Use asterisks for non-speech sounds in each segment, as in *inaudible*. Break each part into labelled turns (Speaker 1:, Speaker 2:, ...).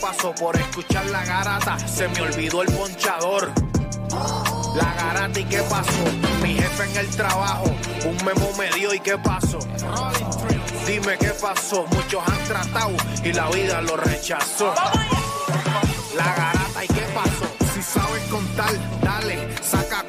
Speaker 1: paso por escuchar la garata, se me olvidó el ponchador. La garata y qué pasó, mi jefe en el trabajo, un memo me dio y qué pasó. Dime qué pasó, muchos han tratado y la vida lo rechazó. La garata y qué pasó. Si sabes contar, dale, saca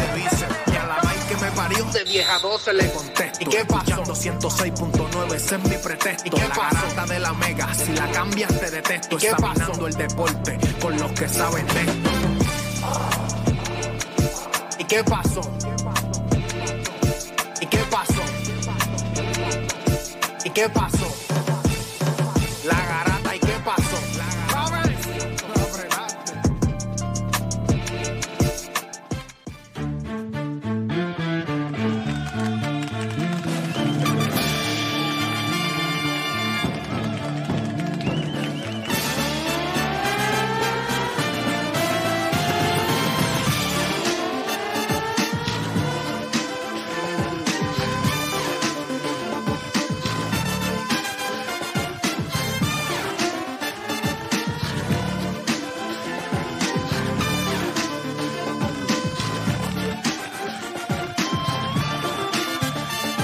Speaker 1: de bíceps, y a la vaina que me parió,
Speaker 2: de 10 a 12 le
Speaker 1: contesto.
Speaker 2: ¿Y qué pasó?
Speaker 1: Escuchando 106.9, ese es mi pretexto.
Speaker 2: ¿Y qué
Speaker 1: la
Speaker 2: pasó?
Speaker 1: garata de la mega, si la cambias te detesto.
Speaker 2: ¿Y qué pasó?
Speaker 1: Examinando el deporte con los que saben de esto.
Speaker 2: ¿Y qué pasó? ¿Y qué pasó? ¿Y qué pasó? La garata, ¿y qué pasó? La garata.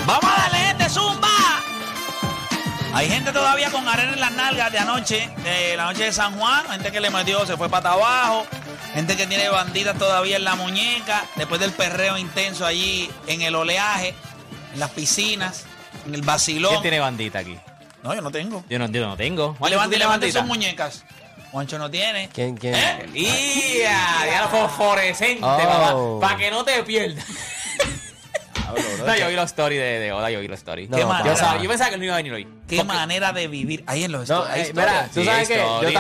Speaker 3: Vamos a darle gente zumba. Hay gente todavía con arena en las nalgas de anoche, de la noche de San Juan, gente que le metió, se fue para abajo, gente que tiene banditas todavía en la muñeca, después del perreo intenso allí en el oleaje, en las piscinas, en el
Speaker 4: ¿Quién
Speaker 3: vacilón.
Speaker 4: tiene bandita aquí?
Speaker 3: No, yo no tengo.
Speaker 4: Yo no, yo no tengo. Juancho, ¿tú
Speaker 3: Levante,
Speaker 4: tienes
Speaker 3: levante
Speaker 4: bandita?
Speaker 3: sus muñecas. Juancho no tiene.
Speaker 5: ¿Quién, quién?
Speaker 3: ¿Eh?
Speaker 4: ¡Ya! Ya lo fosforescente,
Speaker 5: Oh.
Speaker 4: Para que no te pierdas. no, yo vi los stories de, de Oda, yo vi los stories.
Speaker 5: No,
Speaker 3: Qué
Speaker 5: pa-
Speaker 3: manera.
Speaker 4: Yo, sabía- yo pensaba que él no iba a venir hoy.
Speaker 3: Qué manera de vivir. Ahí en los
Speaker 5: No,
Speaker 3: esto- hay
Speaker 5: eh,
Speaker 3: historias.
Speaker 5: mira, tú
Speaker 4: Sí,
Speaker 5: sabes que
Speaker 4: story,
Speaker 5: yo
Speaker 4: hay story.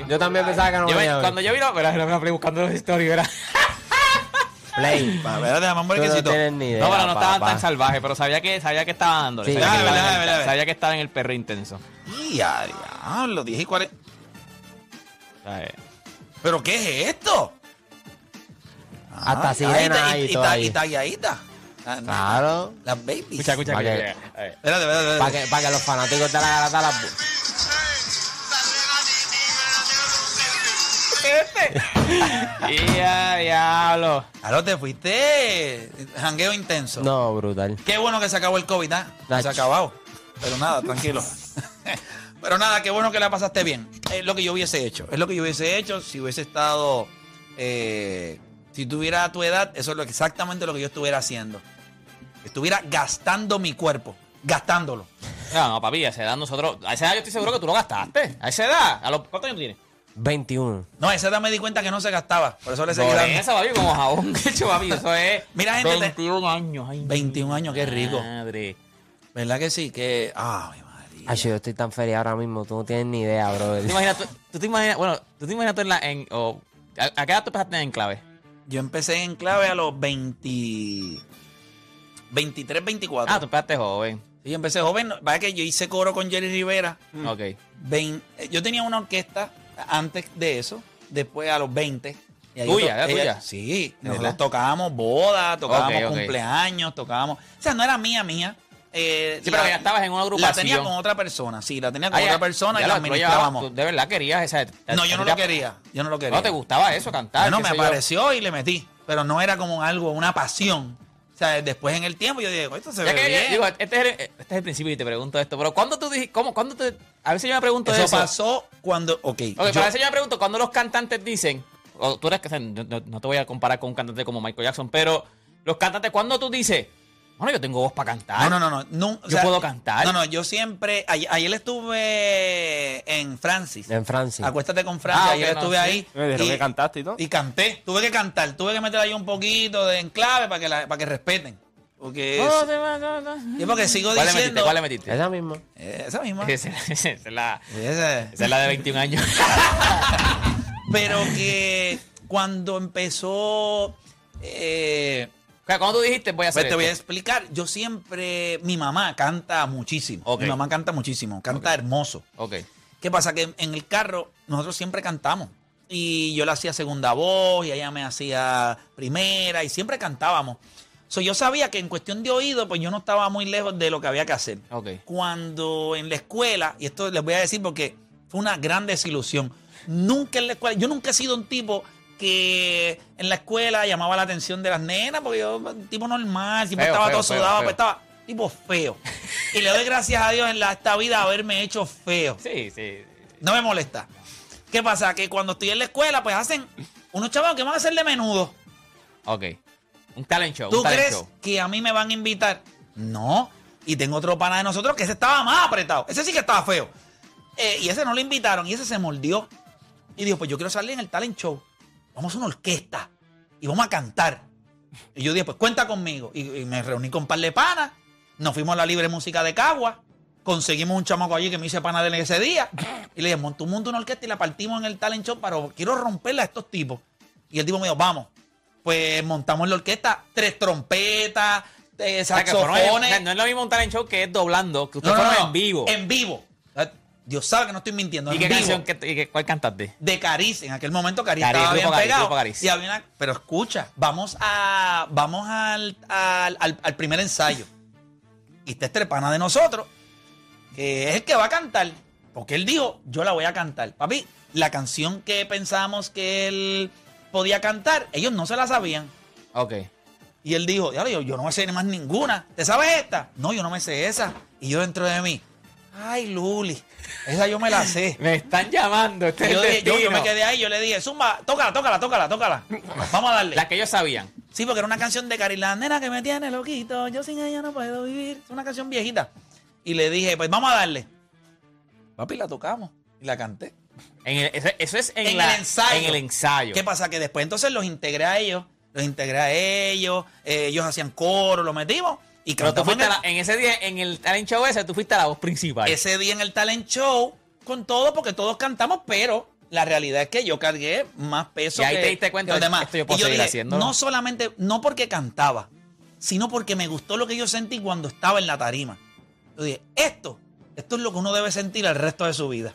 Speaker 5: también, yo también pensaba que no
Speaker 4: Yo me-
Speaker 5: venía hoy.
Speaker 4: cuando yo vi los... Verás, me la fui buscando los stories, verás.
Speaker 5: Play.
Speaker 3: Va, espérate, déjame un
Speaker 5: Tú no
Speaker 3: brequecito.
Speaker 5: tienes ni idea,
Speaker 4: no, pero no estaban
Speaker 5: papá.
Speaker 4: tan salvajes, pero sabía que, sabía que estaba dándole.
Speaker 5: Sí.
Speaker 4: sabía,
Speaker 5: Ah,
Speaker 4: que
Speaker 3: verdad,
Speaker 4: estaba en el-
Speaker 3: verdad, verdad.
Speaker 4: sabía que estaba en el perro intenso.
Speaker 3: Y a diablo, 10 y 40.
Speaker 4: ¿sabes?
Speaker 3: ¿Pero qué es esto?
Speaker 5: Hasta sirena
Speaker 3: ahí
Speaker 5: hay
Speaker 3: Ah, y,
Speaker 5: y todo
Speaker 3: ta-
Speaker 5: ahí.
Speaker 3: y tagueadita. Ah,
Speaker 5: Claro.
Speaker 3: Las babies.
Speaker 4: Escucha, escucha.
Speaker 5: Vale.
Speaker 4: que- a ver.
Speaker 3: Espérate, espérate, espérate.
Speaker 5: Para que, pa' que los fanáticos de la garata las... bu-
Speaker 4: ¡Ya, diablo!
Speaker 3: Claro, te fuiste. Jangueo intenso.
Speaker 5: No, brutal.
Speaker 3: Qué bueno que se acabó el COVID, ¿ah? No Se ha
Speaker 5: Nach.
Speaker 3: acabado. Pero nada, tranquilo. *laughs* Pero nada, qué bueno que la pasaste bien. Es lo que yo hubiese hecho. Es lo que yo hubiese hecho si hubiese estado. eh, si tuviera tu edad, eso es lo, exactamente lo que yo estuviera haciendo. Estuviera gastando mi cuerpo. Gastándolo.
Speaker 4: No, no, papi, a esa edad nosotros. A esa edad yo estoy seguro que tú lo gastaste. A esa edad. ¿A los, ¿Cuántos años tú tienes?
Speaker 5: 21.
Speaker 3: No, a esa edad me di cuenta que no se gastaba. Por eso le seguí
Speaker 4: Por
Speaker 3: dando.
Speaker 4: esa, papi, como jabón que hecho, papi. Eso es.
Speaker 3: Mira, gente, te-
Speaker 4: 21 años. Ay,
Speaker 3: 21 años, qué rico.
Speaker 5: Ah.
Speaker 4: Madre.
Speaker 3: ¿Verdad que sí? Que. ah, ¡Ay, María!
Speaker 5: Ay, yo estoy tan feliz ahora mismo, tú no tienes ni idea,
Speaker 4: ¿Tú te
Speaker 5: brother.
Speaker 4: imaginas, tú, tú te imaginas, bueno, tú te imaginas tú en la. En, o- ¿a, a qué edad tú empezaste en clave?
Speaker 3: Yo empecé en clave a los 20. 23, 24.
Speaker 4: Ah, tú empezaste joven.
Speaker 3: Y empecé joven. Vaya que yo hice coro con Jerry Rivera.
Speaker 4: Ok.
Speaker 3: Vein- eh, yo tenía una orquesta antes de eso, después a los 20. y ahí
Speaker 4: ¿Tuya?
Speaker 3: to-
Speaker 4: ¿Era tuya?
Speaker 3: Sí, nosotros
Speaker 4: verdad?
Speaker 3: tocábamos bodas, tocábamos
Speaker 4: Ok, ok.
Speaker 3: cumpleaños, tocábamos. O sea, no era mía, mía. Eh,
Speaker 4: Sí, pero ya estabas en una
Speaker 3: La
Speaker 4: agrupación.
Speaker 3: tenía con otra persona, sí, la tenía con
Speaker 4: Ah, ya.
Speaker 3: otra persona
Speaker 4: Ya
Speaker 3: y la
Speaker 4: lo- lo llevabas,
Speaker 3: administrábamos.
Speaker 4: tú de verdad querías esa.
Speaker 3: No, yo no lo
Speaker 4: te-
Speaker 3: quería. Yo no lo quería.
Speaker 4: No te gustaba eso, cantar.
Speaker 3: Bueno,
Speaker 4: qué
Speaker 3: me
Speaker 4: sé yo.
Speaker 3: apareció y le metí, pero no era como algo, una pasión. O sea, después en el tiempo yo dije, esto se
Speaker 4: Ya
Speaker 3: ve
Speaker 4: que-
Speaker 3: bien.
Speaker 4: digo, este, es el, este es el principio y te pregunto esto, pero ¿cuándo tú dijiste, cómo, cuándo te, a veces yo me pregunto
Speaker 3: eso,
Speaker 4: eso,
Speaker 3: pasó cuando, ok,
Speaker 4: Ok,
Speaker 3: yo-
Speaker 4: pero a veces yo me pregunto, cuando los cantantes dicen, o tú eres que o sea, no, no- no te voy a comparar con un cantante como Michael Jackson, pero los cantantes, cuando tú dices, bueno, yo tengo voz para
Speaker 3: No,
Speaker 4: cantar,
Speaker 3: no, no, no. no, o
Speaker 4: Yo puedo cantar.
Speaker 3: No, no, yo siempre. Ayer, ayer estuve en Francis.
Speaker 5: En Francia.
Speaker 3: Acuéstate con Francis.
Speaker 4: Ah, ok,
Speaker 3: ayer
Speaker 4: no,
Speaker 3: estuve
Speaker 4: sí.
Speaker 3: ahí.
Speaker 6: Me dijeron
Speaker 3: y,
Speaker 6: que cantaste y todo.
Speaker 3: y canté. Tuve que cantar. Tuve que meter ahí un poquito de enclave para que, la- para que respeten. Porque.
Speaker 4: Oh,
Speaker 3: es-
Speaker 4: te va, no, no.
Speaker 3: es porque sigo
Speaker 4: ¿Cuál le metiste?
Speaker 3: diciendo.
Speaker 4: ¿Cuál le metiste?
Speaker 5: Esa misma.
Speaker 3: Eh, Esa misma.
Speaker 4: *laughs* Esa, esa es la,
Speaker 3: Esa.
Speaker 4: esa es la de 21 años. *laughs*
Speaker 3: Pero que cuando empezó. eh,
Speaker 4: sea, cuando tú dijiste, voy a hacer
Speaker 3: Pues te voy a
Speaker 4: esto.
Speaker 3: explicar. Yo siempre. Mi mamá canta muchísimo.
Speaker 4: Ok.
Speaker 3: Mi mamá canta muchísimo. Canta hermoso.
Speaker 4: Ok.
Speaker 3: ¿Qué pasa? Que en el carro nosotros siempre cantamos. Y yo le hacía segunda voz y ella me hacía primera y siempre cantábamos. So, yo sabía que en cuestión de oído, pues yo no estaba muy lejos de lo que había que hacer.
Speaker 4: Ok.
Speaker 3: Cuando en la escuela, y esto les voy a decir porque fue una gran desilusión, nunca en la escuela, yo nunca he sido un tipo que en la escuela llamaba la atención de las nenas, porque yo, un tipo normal, siempre
Speaker 4: Feo,
Speaker 3: estaba
Speaker 4: feo,
Speaker 3: todo
Speaker 4: feo,
Speaker 3: sudado,
Speaker 4: feo.
Speaker 3: pues estaba tipo feo. Y le doy gracias a Dios en la, esta vida haberme hecho feo.
Speaker 4: Sí, sí.
Speaker 3: No me molesta. ¿Qué pasa? Que cuando estoy en la escuela, pues hacen unos chavos que van a hacer de menudo.
Speaker 4: Ok. Un talent show.
Speaker 3: ¿Tú
Speaker 4: un talent
Speaker 3: crees
Speaker 4: show.
Speaker 3: que a mí me van a invitar? No. Y tengo otro pana de nosotros que ese estaba más apretado. Ese sí que estaba feo. Eh, y ese no le invitaron y ese se mordió. Y dijo, pues yo quiero salir en el talent show. Vamos a una orquesta y vamos a cantar. Y yo dije, pues cuenta conmigo. Y, y me reuní con un par de panas. Nos fuimos a la libre música de Cagua. Conseguimos un chamaco allí que me hice pana de él ese día. Y le dije, monta un mundo una orquesta y la partimos en el talent show, pero quiero romperla a estos tipos. Y el tipo me dijo, vamos. Pues montamos la orquesta, tres trompetas, eh,
Speaker 4: O sea, que fueron en- o sea,
Speaker 3: saxofones.
Speaker 4: no es lo mismo un talent show que es doblando, que usted
Speaker 3: No, no,
Speaker 4: fueron
Speaker 3: no.
Speaker 4: en vivo.
Speaker 3: En vivo. Dios sabe que no estoy mintiendo.
Speaker 4: ¿Y
Speaker 3: en
Speaker 4: qué
Speaker 3: vivo
Speaker 4: canción? que- y qué- ¿Cuál cantaste?
Speaker 3: de Cariz. En aquel momento Cariz,
Speaker 4: Cariz,
Speaker 3: estaba
Speaker 4: grupo
Speaker 3: bien
Speaker 4: Cariz,
Speaker 3: pegado.
Speaker 4: grupo Cariz.
Speaker 3: Y había una- pero escucha, vamos a vamos al, al, al- al primer ensayo. Y está este pana de nosotros, que es el que va a cantar. Porque él dijo, yo la voy a cantar. Papi, la canción que pensábamos que él podía cantar, ellos no se la sabían.
Speaker 4: Ok.
Speaker 3: Y él dijo, "Diablo, yo, yo no me sé ni más ninguna. ¿Te sabes esta? No, yo no me sé esa. Y yo dentro de mí, ay, Luli, esa yo me la sé.
Speaker 4: Me están llamando. este es
Speaker 3: Y yo,
Speaker 4: el
Speaker 3: dije- yo- yo
Speaker 4: destino.
Speaker 3: me quedé ahí, yo le dije, Zumba, tócala, tócala, tócala,
Speaker 4: *laughs*
Speaker 3: tócala. Vamos a darle.
Speaker 4: La que ellos sabían.
Speaker 3: Sí, porque era una canción de Cari, la nena que me tiene loquito, yo sin ella no puedo vivir. Es una canción viejita. Y le dije, pues vamos a darle. Papi, la tocamos. Y la canté.
Speaker 4: En el- eso, eso es en,
Speaker 3: En
Speaker 4: la-
Speaker 3: el ensayo.
Speaker 4: En el ensayo.
Speaker 3: ¿Qué pasa? Que después entonces los integré a ellos, los integré a ellos, eh, ellos hacían coro, lo metimos. Y
Speaker 4: Pero tú
Speaker 3: cantamos
Speaker 4: fuiste
Speaker 3: en el-
Speaker 4: a la- en ese día, en el talent show ese, tú fuiste a la voz principal.
Speaker 3: ese día en el talent show con todo, porque todos cantamos, pero la realidad es que yo cargué más peso
Speaker 4: Y ahí
Speaker 3: que,
Speaker 4: te diste cuenta,
Speaker 3: que los demás.
Speaker 4: esto yo puedo
Speaker 3: y
Speaker 4: seguir haciéndolo.
Speaker 3: no solamente, no porque cantaba, sino porque me gustó lo que yo sentí cuando estaba en la tarima. Yo dije, esto, esto es lo que uno debe sentir el resto de su vida.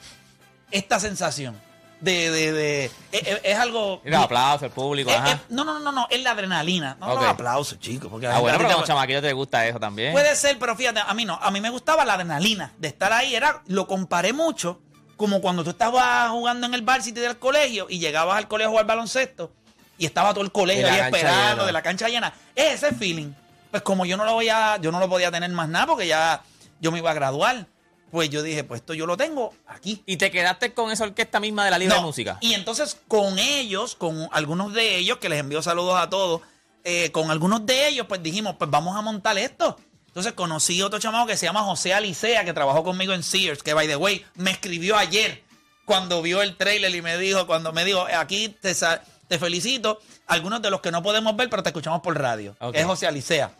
Speaker 3: Esta sensación de, de, de- es, es- es algo...
Speaker 4: Los aplausos, el público,
Speaker 3: Es-
Speaker 4: ajá.
Speaker 3: es- no, no, no, no, es la adrenalina. No
Speaker 4: Ok.
Speaker 3: los aplausos, chicos. Porque la
Speaker 4: ah,
Speaker 3: gente-
Speaker 4: bueno,
Speaker 3: a ti
Speaker 4: pero
Speaker 3: te-
Speaker 4: como chamaquillo te gusta eso también.
Speaker 3: Puede ser, pero fíjate, a mí no. A mí me gustaba la adrenalina de estar ahí. Era, lo comparé mucho como cuando tú estabas jugando en el varsity del colegio y llegabas al colegio a jugar baloncesto y estaba todo el colegio
Speaker 5: De la
Speaker 3: ahí
Speaker 5: cancha
Speaker 3: esperando
Speaker 5: llena.
Speaker 3: de la cancha llena. Ese feeling. Pues como yo no lo voy a- yo no lo podía tener más nada porque ya yo me iba a graduar. Pues yo dije, pues esto yo lo tengo aquí.
Speaker 4: Y te quedaste con esa orquesta misma de la Liga
Speaker 3: No,
Speaker 4: de Música.
Speaker 3: Y entonces con ellos, con algunos de ellos, que les envío saludos a todos, eh, con algunos de ellos, pues dijimos, pues vamos a montar esto. Entonces conocí otro chamaco que se llama José Alicea, que trabajó conmigo en Sears, que by the way, me escribió ayer cuando vio el trailer y me dijo, cuando me dijo, aquí te, sa- te felicito, algunos de los que no podemos ver, pero te escuchamos por radio.
Speaker 4: Ok.
Speaker 3: que Es José Alicea.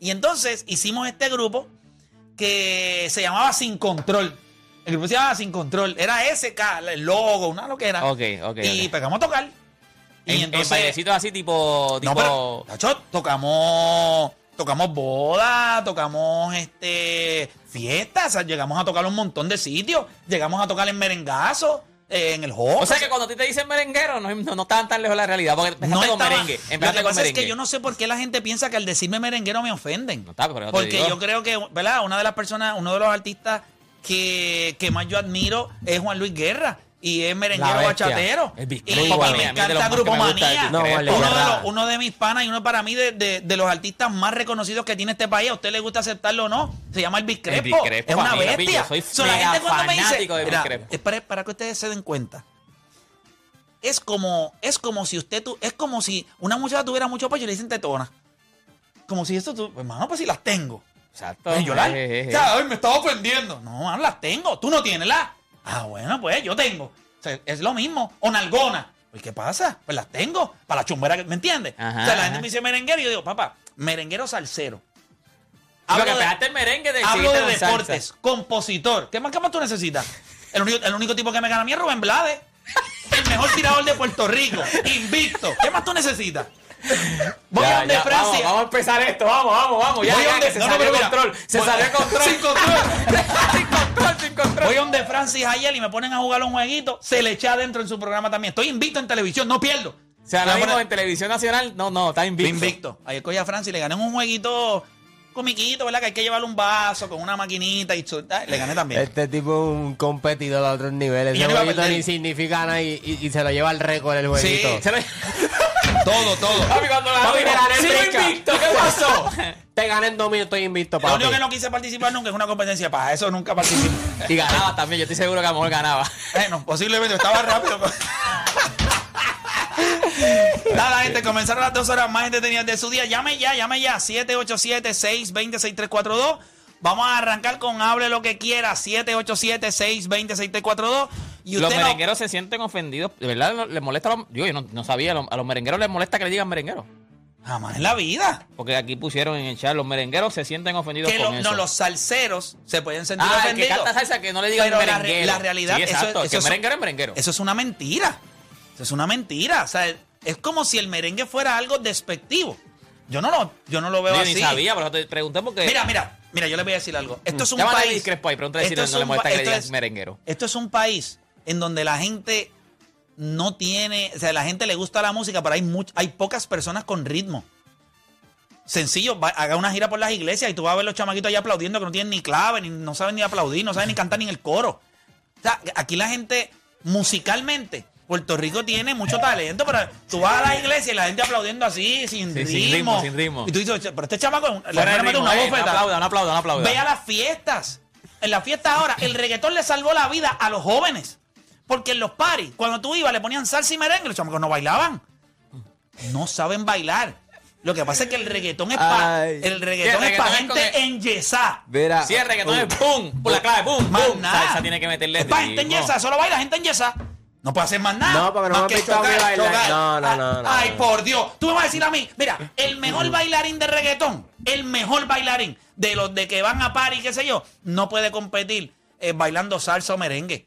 Speaker 3: Y entonces hicimos este grupo que se llamaba Sin Control. El grupo se llamaba Sin Control. Era SK, el logo, una lo que era.
Speaker 4: Ok, ok,
Speaker 3: Y
Speaker 4: ok.
Speaker 3: pegamos a tocar.
Speaker 4: En,
Speaker 3: y
Speaker 4: en
Speaker 3: entonces.
Speaker 4: bailecitos así tipo.
Speaker 3: no,
Speaker 4: tipo
Speaker 3: pero, tacho, tocamos. Tocamos bodas, tocamos este fiestas, o sea, llegamos a tocar un montón de sitios, llegamos a tocar en merengazo, eh, en el hop.
Speaker 4: o sea que cuando a ti te dicen merenguero, no, no, no estaban tan lejos de la realidad. Porque empezaste
Speaker 3: no
Speaker 4: con
Speaker 3: estaba-
Speaker 4: merengue.
Speaker 3: Lo
Speaker 4: Empezaste
Speaker 3: que pasa
Speaker 4: con
Speaker 3: es
Speaker 4: merengue.
Speaker 3: que yo no sé por qué la gente piensa que al decirme merenguero me ofenden.
Speaker 4: No está, pero yo te
Speaker 3: Porque
Speaker 4: digo.
Speaker 3: yo creo que, ¿verdad? Una de las personas, uno de los artistas que, que más yo admiro es Juan Luis Guerra. Y es merenguero
Speaker 5: La bestia.
Speaker 3: bachatero.
Speaker 4: Es Big
Speaker 3: y,
Speaker 4: Crew,
Speaker 3: y
Speaker 4: para mí,
Speaker 3: me
Speaker 4: a mí es de los
Speaker 3: encanta
Speaker 4: más que
Speaker 3: Grupo
Speaker 4: me gusta de
Speaker 3: Manía.
Speaker 4: Big
Speaker 5: No, Crew.
Speaker 3: uno,
Speaker 5: vale,
Speaker 3: de
Speaker 5: verdad.
Speaker 3: los, uno de mis panas y uno para mí de, de- de los artistas más reconocidos que tiene este país. A usted le gusta aceptarlo o no. Se llama el Big
Speaker 4: El Big
Speaker 3: Crespo.
Speaker 4: Crespo,
Speaker 3: Es una
Speaker 4: a mí, papi, yo
Speaker 3: bestia.
Speaker 4: soy
Speaker 3: So, la gente
Speaker 4: mega
Speaker 3: cuando me dice-
Speaker 4: fanático de Big
Speaker 3: Mira,
Speaker 4: Crespo.
Speaker 3: es para, para que ustedes se den cuenta es como, es como si usted tu, es como si una muchacha tuviera mucho pecho y le dicen tetona. Como si esto tú, hermano, pues si las tengo.
Speaker 4: Exacto.
Speaker 3: Voy a llorar.
Speaker 4: Eh, eh, eh.
Speaker 3: O sea, ay, me estaba ofendiendo. No, mano, las tengo. Tú no tienes las. Ah, bueno, pues yo tengo. O sea, es lo mismo. O nalgona. Pues, ¿qué pasa? Pues las tengo. Para la chumbera, que- ¿me entiendes?
Speaker 4: Ajá,
Speaker 3: o sea, la
Speaker 4: ajá.
Speaker 3: gente me dice merenguero y yo digo, papá, merenguero salsero.
Speaker 4: Lo que
Speaker 3: Hablo de-
Speaker 4: empezaste en merengue te
Speaker 3: Hablo de
Speaker 4: seguiste con salsa.
Speaker 3: deportes, compositor. ¿Qué más, qué más tú necesitas? El único, el único tipo que me gana a mí es Rubén Blades. El mejor tirador de Puerto Rico. Invicto. ¿Qué más tú necesitas? Voy
Speaker 4: Ya,
Speaker 3: a donde
Speaker 4: ya,
Speaker 3: Francia.
Speaker 4: Vamos, vamos a empezar esto. Vamos, vamos, vamos. Ya,
Speaker 3: Voy
Speaker 4: ya,
Speaker 3: donde-
Speaker 4: que se
Speaker 3: no, no,
Speaker 4: salió
Speaker 3: pero mira.
Speaker 4: control. Se
Speaker 3: Voy-
Speaker 4: *laughs* salió control.
Speaker 3: Sin control.
Speaker 4: sin control, sin control.
Speaker 3: Voy donde Francis ayer y me ponen a jugar un jueguito, se le echa adentro en su programa también. Estoy invicto en televisión, no pierdo.
Speaker 4: O
Speaker 3: Me
Speaker 4: sea,
Speaker 3: voy
Speaker 4: ahora
Speaker 3: a
Speaker 4: mismo
Speaker 3: poner-
Speaker 4: en televisión nacional, no, no, está invicto.
Speaker 3: invicto. Ayer cogí a Francis y le gané en un jueguito comiquito, ¿verdad? Que hay que llevarle un vaso con una maquinita y su- ah, le gané también.
Speaker 4: Eh,
Speaker 5: Este tipo es un competidor a otros niveles.
Speaker 3: Y yo
Speaker 5: Ese
Speaker 3: no iba a
Speaker 5: jueguito
Speaker 3: perder.
Speaker 5: ni significa nada y, y- y se lo lleva al récord el
Speaker 3: Sí,
Speaker 5: jueguito.
Speaker 4: Se lo-
Speaker 3: todo, todo.
Speaker 4: Papi, cuando la
Speaker 5: Papi,
Speaker 4: digo,
Speaker 5: me gané
Speaker 4: sigo
Speaker 5: brinca.
Speaker 4: invicto, ¿qué pasó?
Speaker 5: *laughs* Te gané en dos minutos, estoy invicto,
Speaker 3: Lo
Speaker 5: papi.
Speaker 3: único que no quise participar nunca es una competencia para eso, nunca participé.
Speaker 4: *laughs* Y ganaba también, yo estoy seguro que a lo mejor ganaba.
Speaker 3: Bueno, posiblemente estaba rápido. pero- Nada, gente, comenzaron las dos horas más entretenidas de su día. Llame ya, llame ya. 787-620-6342. Vamos a arrancar con hable lo que quiera. 787-620-6342. Y
Speaker 4: Los
Speaker 3: usted no-
Speaker 4: merengueros se sienten ofendidos. De verdad, lo- les molesta. a los- Digo, yo no, no sabía. lo- A los merengueros les molesta que le digan merengueros.
Speaker 3: jamás en la vida.
Speaker 4: Porque aquí pusieron en el chat, los merengueros se sienten ofendidos
Speaker 3: Que
Speaker 4: con
Speaker 3: lo-
Speaker 4: eso.
Speaker 3: no, los salseros se pueden sentir
Speaker 4: Ah, el que
Speaker 3: ofendidos.
Speaker 4: canta salsa que no le digan
Speaker 3: Pero la re-
Speaker 4: merenguero.
Speaker 3: la realidad,
Speaker 4: Sí,
Speaker 3: eso-
Speaker 4: exacto. el
Speaker 3: eso
Speaker 4: que
Speaker 3: es-
Speaker 4: merenguero es merenguero.
Speaker 3: Eso es una mentira. Eso es una mentira. O sea, es como si el merengue fuera algo despectivo. Yo no lo, yo no lo veo
Speaker 4: Yo
Speaker 3: así.
Speaker 4: ni sabía, pero te pregunté porque. Mm.
Speaker 3: Mira, mira, mira, yo les voy a decir algo. Esto es un
Speaker 4: Llámale a
Speaker 3: país.
Speaker 4: Luis Crespo ahí, pregúntale si
Speaker 3: Esto
Speaker 4: no-
Speaker 3: es
Speaker 4: no le
Speaker 3: un
Speaker 4: molesta
Speaker 3: pa-
Speaker 4: que le
Speaker 3: esto
Speaker 4: digan
Speaker 3: es-
Speaker 4: merenguero.
Speaker 3: Esto es un país en donde la gente no tiene, o sea, la gente le gusta la música, pero hay much- hay pocas personas con ritmo. Sencillo, va- haga una gira por las iglesias y tú vas a ver los chamaquitos ahí aplaudiendo que no tienen ni clave, ni, no saben ni aplaudir, no saben ni cantar ni en el coro. O sea, aquí la gente musicalmente, Puerto Rico tiene mucho talento, pero tú vas a la iglesia y la gente aplaudiendo así, sin,
Speaker 4: Sí,
Speaker 3: ritmo.
Speaker 4: sin ritmo, sin ritmo.
Speaker 3: Y tú dices, pero este chamaco es un- le
Speaker 4: Fuera de
Speaker 3: van a meter
Speaker 4: ritmo,
Speaker 3: una
Speaker 4: eh, no
Speaker 3: bofetada.
Speaker 4: aplauda, no aplauda, no aplauda.
Speaker 3: Ve a las fiestas. En las fiestas ahora, el reggaetón le salvó la vida a los jóvenes. Porque en los paris, cuando tú ibas, le ponían salsa y merengue, los chamacos no bailaban. No saben bailar. Lo que pasa es que el reggaetón es para
Speaker 5: Ay.
Speaker 3: el reggaetón
Speaker 4: Sí, el
Speaker 3: es pa'
Speaker 4: reggaetón es con
Speaker 3: gente
Speaker 4: el-
Speaker 3: enyesada.
Speaker 5: Mira,
Speaker 4: Si es reggaetón es pum, por la clave, pum,
Speaker 3: Uh. Más
Speaker 4: pum.
Speaker 3: nada.
Speaker 4: Salsa tiene que meterle
Speaker 3: Es para gente
Speaker 4: ritmo.
Speaker 3: enyesada, solo baila gente enyesada. No puede hacer más nada.
Speaker 5: No, porque no
Speaker 3: más
Speaker 5: me han
Speaker 3: que
Speaker 5: visto a mí
Speaker 3: chocar,
Speaker 5: bailar.
Speaker 3: chocar.
Speaker 5: No, no, no,
Speaker 3: Ah,
Speaker 5: no,
Speaker 3: Ay,
Speaker 5: no. Mm.
Speaker 3: por Dios. Tú me vas a decir a mí, mira, el mejor bailarín de reggaetón, el mejor bailarín de los de que van a par y qué sé yo, no puede competir eh, bailando salsa o merengue.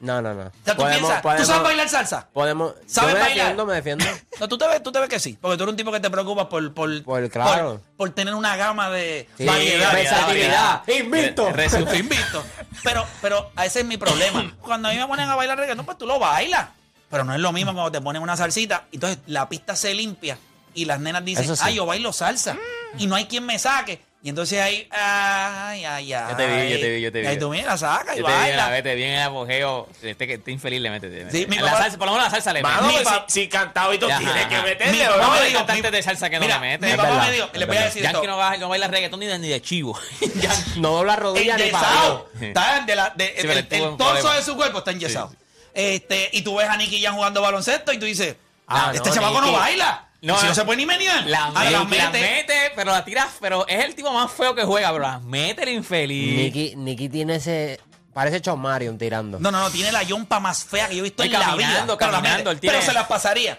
Speaker 5: No, no, no.
Speaker 3: O sea, tú piensas, ¿tú sabes bailar salsa?
Speaker 5: Podemos.
Speaker 3: ¿Sabes
Speaker 5: yo me
Speaker 3: bailar?
Speaker 5: defiendo, me defiendo.
Speaker 3: No, tú te ves, tú te ves que sí, porque tú eres un tipo que te preocupas por por,
Speaker 5: Por- claro.
Speaker 3: por- por tener una gama de
Speaker 5: Sí,
Speaker 3: variedad.
Speaker 5: versatilidad. Invicto.
Speaker 4: Re-
Speaker 3: *laughs*
Speaker 4: resu-
Speaker 3: Te invito. Pero, pero ese es mi problema. Cuando a mí me ponen a bailar reggaetón, pues tú lo bailas. Pero no es lo mismo cuando te ponen una salsita. Entonces la pista se limpia y las nenas dicen,
Speaker 5: Eso sí.
Speaker 3: ay, yo bailo salsa. Y no hay quien me saque. Y entonces ahí, ay, ay, ay.
Speaker 4: Yo te vi, yo te vi, yo te vi.
Speaker 3: Y ahí tú mira, la saca y
Speaker 4: Yo te viene
Speaker 3: baila.
Speaker 4: la vete, viene el apogeo. Este, que- este infeliz le mete. le mete.
Speaker 3: Sí, mi
Speaker 4: la
Speaker 3: papá-
Speaker 4: salsa, por lo menos la salsa le mete.
Speaker 3: Mano,
Speaker 4: Mi
Speaker 3: pues,
Speaker 4: pa-
Speaker 3: sí.
Speaker 2: Si, si cantado y todo,
Speaker 4: Ajá,
Speaker 2: tiene que
Speaker 4: ajá.
Speaker 3: Mi
Speaker 2: meterle,
Speaker 3: papá
Speaker 2: ¿verdad?
Speaker 3: me
Speaker 4: Hay
Speaker 3: dijo,
Speaker 4: cantantes
Speaker 3: mi-
Speaker 4: de salsa que no
Speaker 3: mira,
Speaker 4: la meten.
Speaker 3: Mi
Speaker 4: Es
Speaker 3: papá
Speaker 5: verdad,
Speaker 3: me dijo,
Speaker 5: es
Speaker 3: les voy a
Speaker 5: verdad.
Speaker 3: decir esto.
Speaker 4: Yankee no baila, no baila reggaetón ni de, ni de chivo. *laughs* Yankee.
Speaker 5: No
Speaker 3: *laughs*
Speaker 5: dobla rodilla ni
Speaker 3: enyesado.
Speaker 5: palo.
Speaker 3: Está de la- de-
Speaker 4: Sí,
Speaker 3: el,
Speaker 4: pero
Speaker 3: el
Speaker 4: tuvo un
Speaker 3: torso
Speaker 4: problema.
Speaker 3: de su cuerpo está enyesado.
Speaker 4: Sí,
Speaker 3: Este, y tú ves a Nicky Jan jugando baloncesto y tú dices,
Speaker 5: Ah,
Speaker 3: este
Speaker 5: no,
Speaker 3: chamaco no
Speaker 5: Nicky.
Speaker 3: baila.
Speaker 4: No,
Speaker 3: si no,
Speaker 4: no.
Speaker 3: se puede ni menear.
Speaker 4: La,
Speaker 3: Ahora
Speaker 4: mete, la mete, pero la tira, pero es el tipo más feo que juega, pero la mete el infeliz.
Speaker 5: Nicky, Nicky tiene ese. Parece Chon Marion tirando.
Speaker 3: No, no, no, tiene la yompa más fea que yo he visto
Speaker 4: Ay,
Speaker 3: en la vida.
Speaker 4: caminando,
Speaker 3: Pero la mete.
Speaker 4: caminando, él
Speaker 3: pero
Speaker 4: tiene-
Speaker 3: se las pasaría.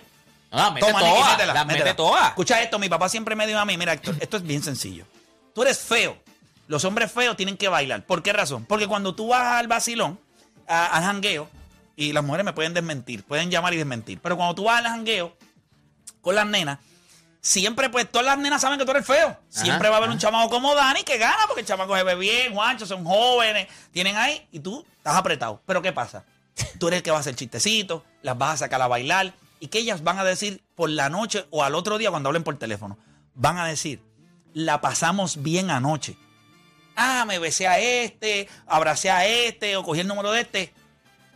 Speaker 4: No, la mete
Speaker 3: Toma,
Speaker 4: toda,
Speaker 3: Nicky, métela,
Speaker 4: la
Speaker 3: métela.
Speaker 4: mete toda.
Speaker 3: Escucha esto, mi papá siempre me dijo a mí, mira, Héctor, esto es bien sencillo. Tú eres feo. Los hombres feos tienen que bailar. ¿Por qué razón? Porque cuando tú vas al vacilón, a- al jangueo, y las mujeres me pueden desmentir, pueden llamar y desmentir, pero cuando tú vas al jangueo con las nenas, siempre pues todas las nenas saben que tú eres feo. Siempre va a haber un chamaco como Dani que gana porque el chamaco se ve bien, guancho, son jóvenes, tienen ahí y tú estás apretado. Pero ¿qué pasa? Tú eres el que va a hacer chistecitos, las vas a sacar a bailar y que ellas van a decir por la noche o al otro día cuando hablen por teléfono, van a decir, la pasamos bien anoche. Ah, me besé a este, abracé a este o cogí el número de este.